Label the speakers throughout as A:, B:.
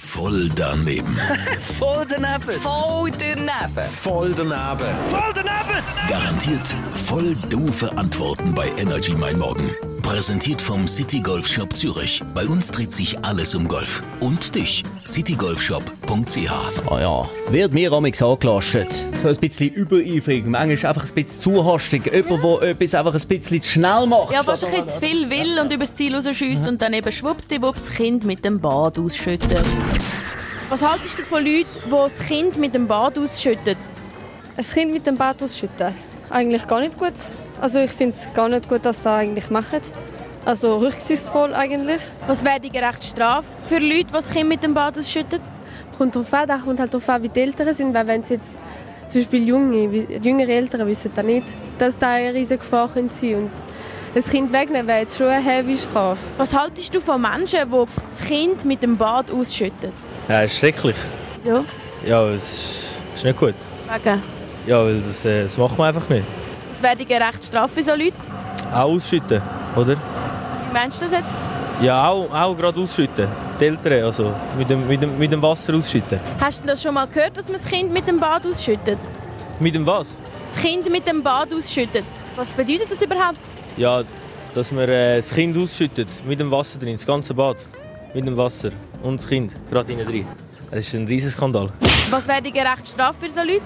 A: Voll daneben.
B: Voll daneben.
C: Voll daneben.
A: Voll daneben. Garantiert voll doofe Antworten bei Energy Mein Morgen. Präsentiert vom City Golf Shop Zürich. Bei uns dreht sich alles um Golf. Und dich, citygolfshop.ch.
D: Ah ja, wird mir amix angelastet. So ein bisschen übereifrig, manchmal einfach ein bisschen zu hastig. Jemand, der etwas einfach ein bisschen zu schnell macht.
E: Ja, fast ein bisschen zu viel will und übers Ziel rausschießt und dann eben schwuppsdiwupps das Kind mit dem Bad ausschüttet. Was haltest du von Leuten, die das Kind mit dem Bad ausschütten?
F: Ein Kind mit dem Bad ausschütten? Eigentlich gar nicht gut. Also ich finde es gar nicht gut, dass sie das eigentlich machen. Also rücksichtsvoll eigentlich.
E: Was wäre die gerechte Strafe für Leute, die das Kind mit dem Bad ausschütten?
G: kommt drauf an, da kommt halt drauf an, wie die Eltern sind, weil wenn es jetzt zum Beispiel junge, wie- jüngere Eltern wissen da nicht, dass da eine riesige Gefahr könnte sein und das Kind wegnehmen wäre jetzt schon eine heavy Strafe.
E: Was haltest du von Menschen, die das Kind mit dem Bad ausschütten?
H: Ja, ist schrecklich.
E: Wieso?
H: Ja, es ist- ist nicht gut.
E: Wegen.
H: Ja, weil das, äh, das macht man einfach nicht.
E: Was wäre die gerechte Strafe für so Leute?
H: Auch ausschütten, oder?
E: Wie meinst du das jetzt?
H: Ja, auch, auch gerade ausschütten. Die Eltern, also mit dem, mit, dem, mit dem Wasser ausschütten.
E: Hast du das schon mal gehört, dass man das Kind mit dem Bad ausschüttet?
H: Mit dem was?
E: Das Kind mit dem Bad ausschüttet. Was bedeutet das überhaupt?
H: Ja, dass man äh, das Kind ausschüttet. Mit dem Wasser drin, das ganze Bad. Mit dem Wasser und das Kind, gerade innen drin. Das ist ein riesen Skandal.
E: Was wäre die gerechte Strafe für so Leute?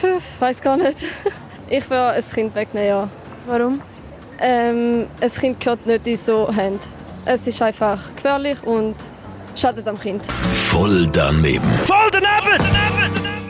F: Puh, weiß gar nicht. Ich will ein Kind wegnehmen, ja.
E: Warum?
F: Ähm, ein Kind gehört nicht in so Hände. Es ist einfach gefährlich und schadet am Kind.
A: Voll daneben.
B: Voll daneben.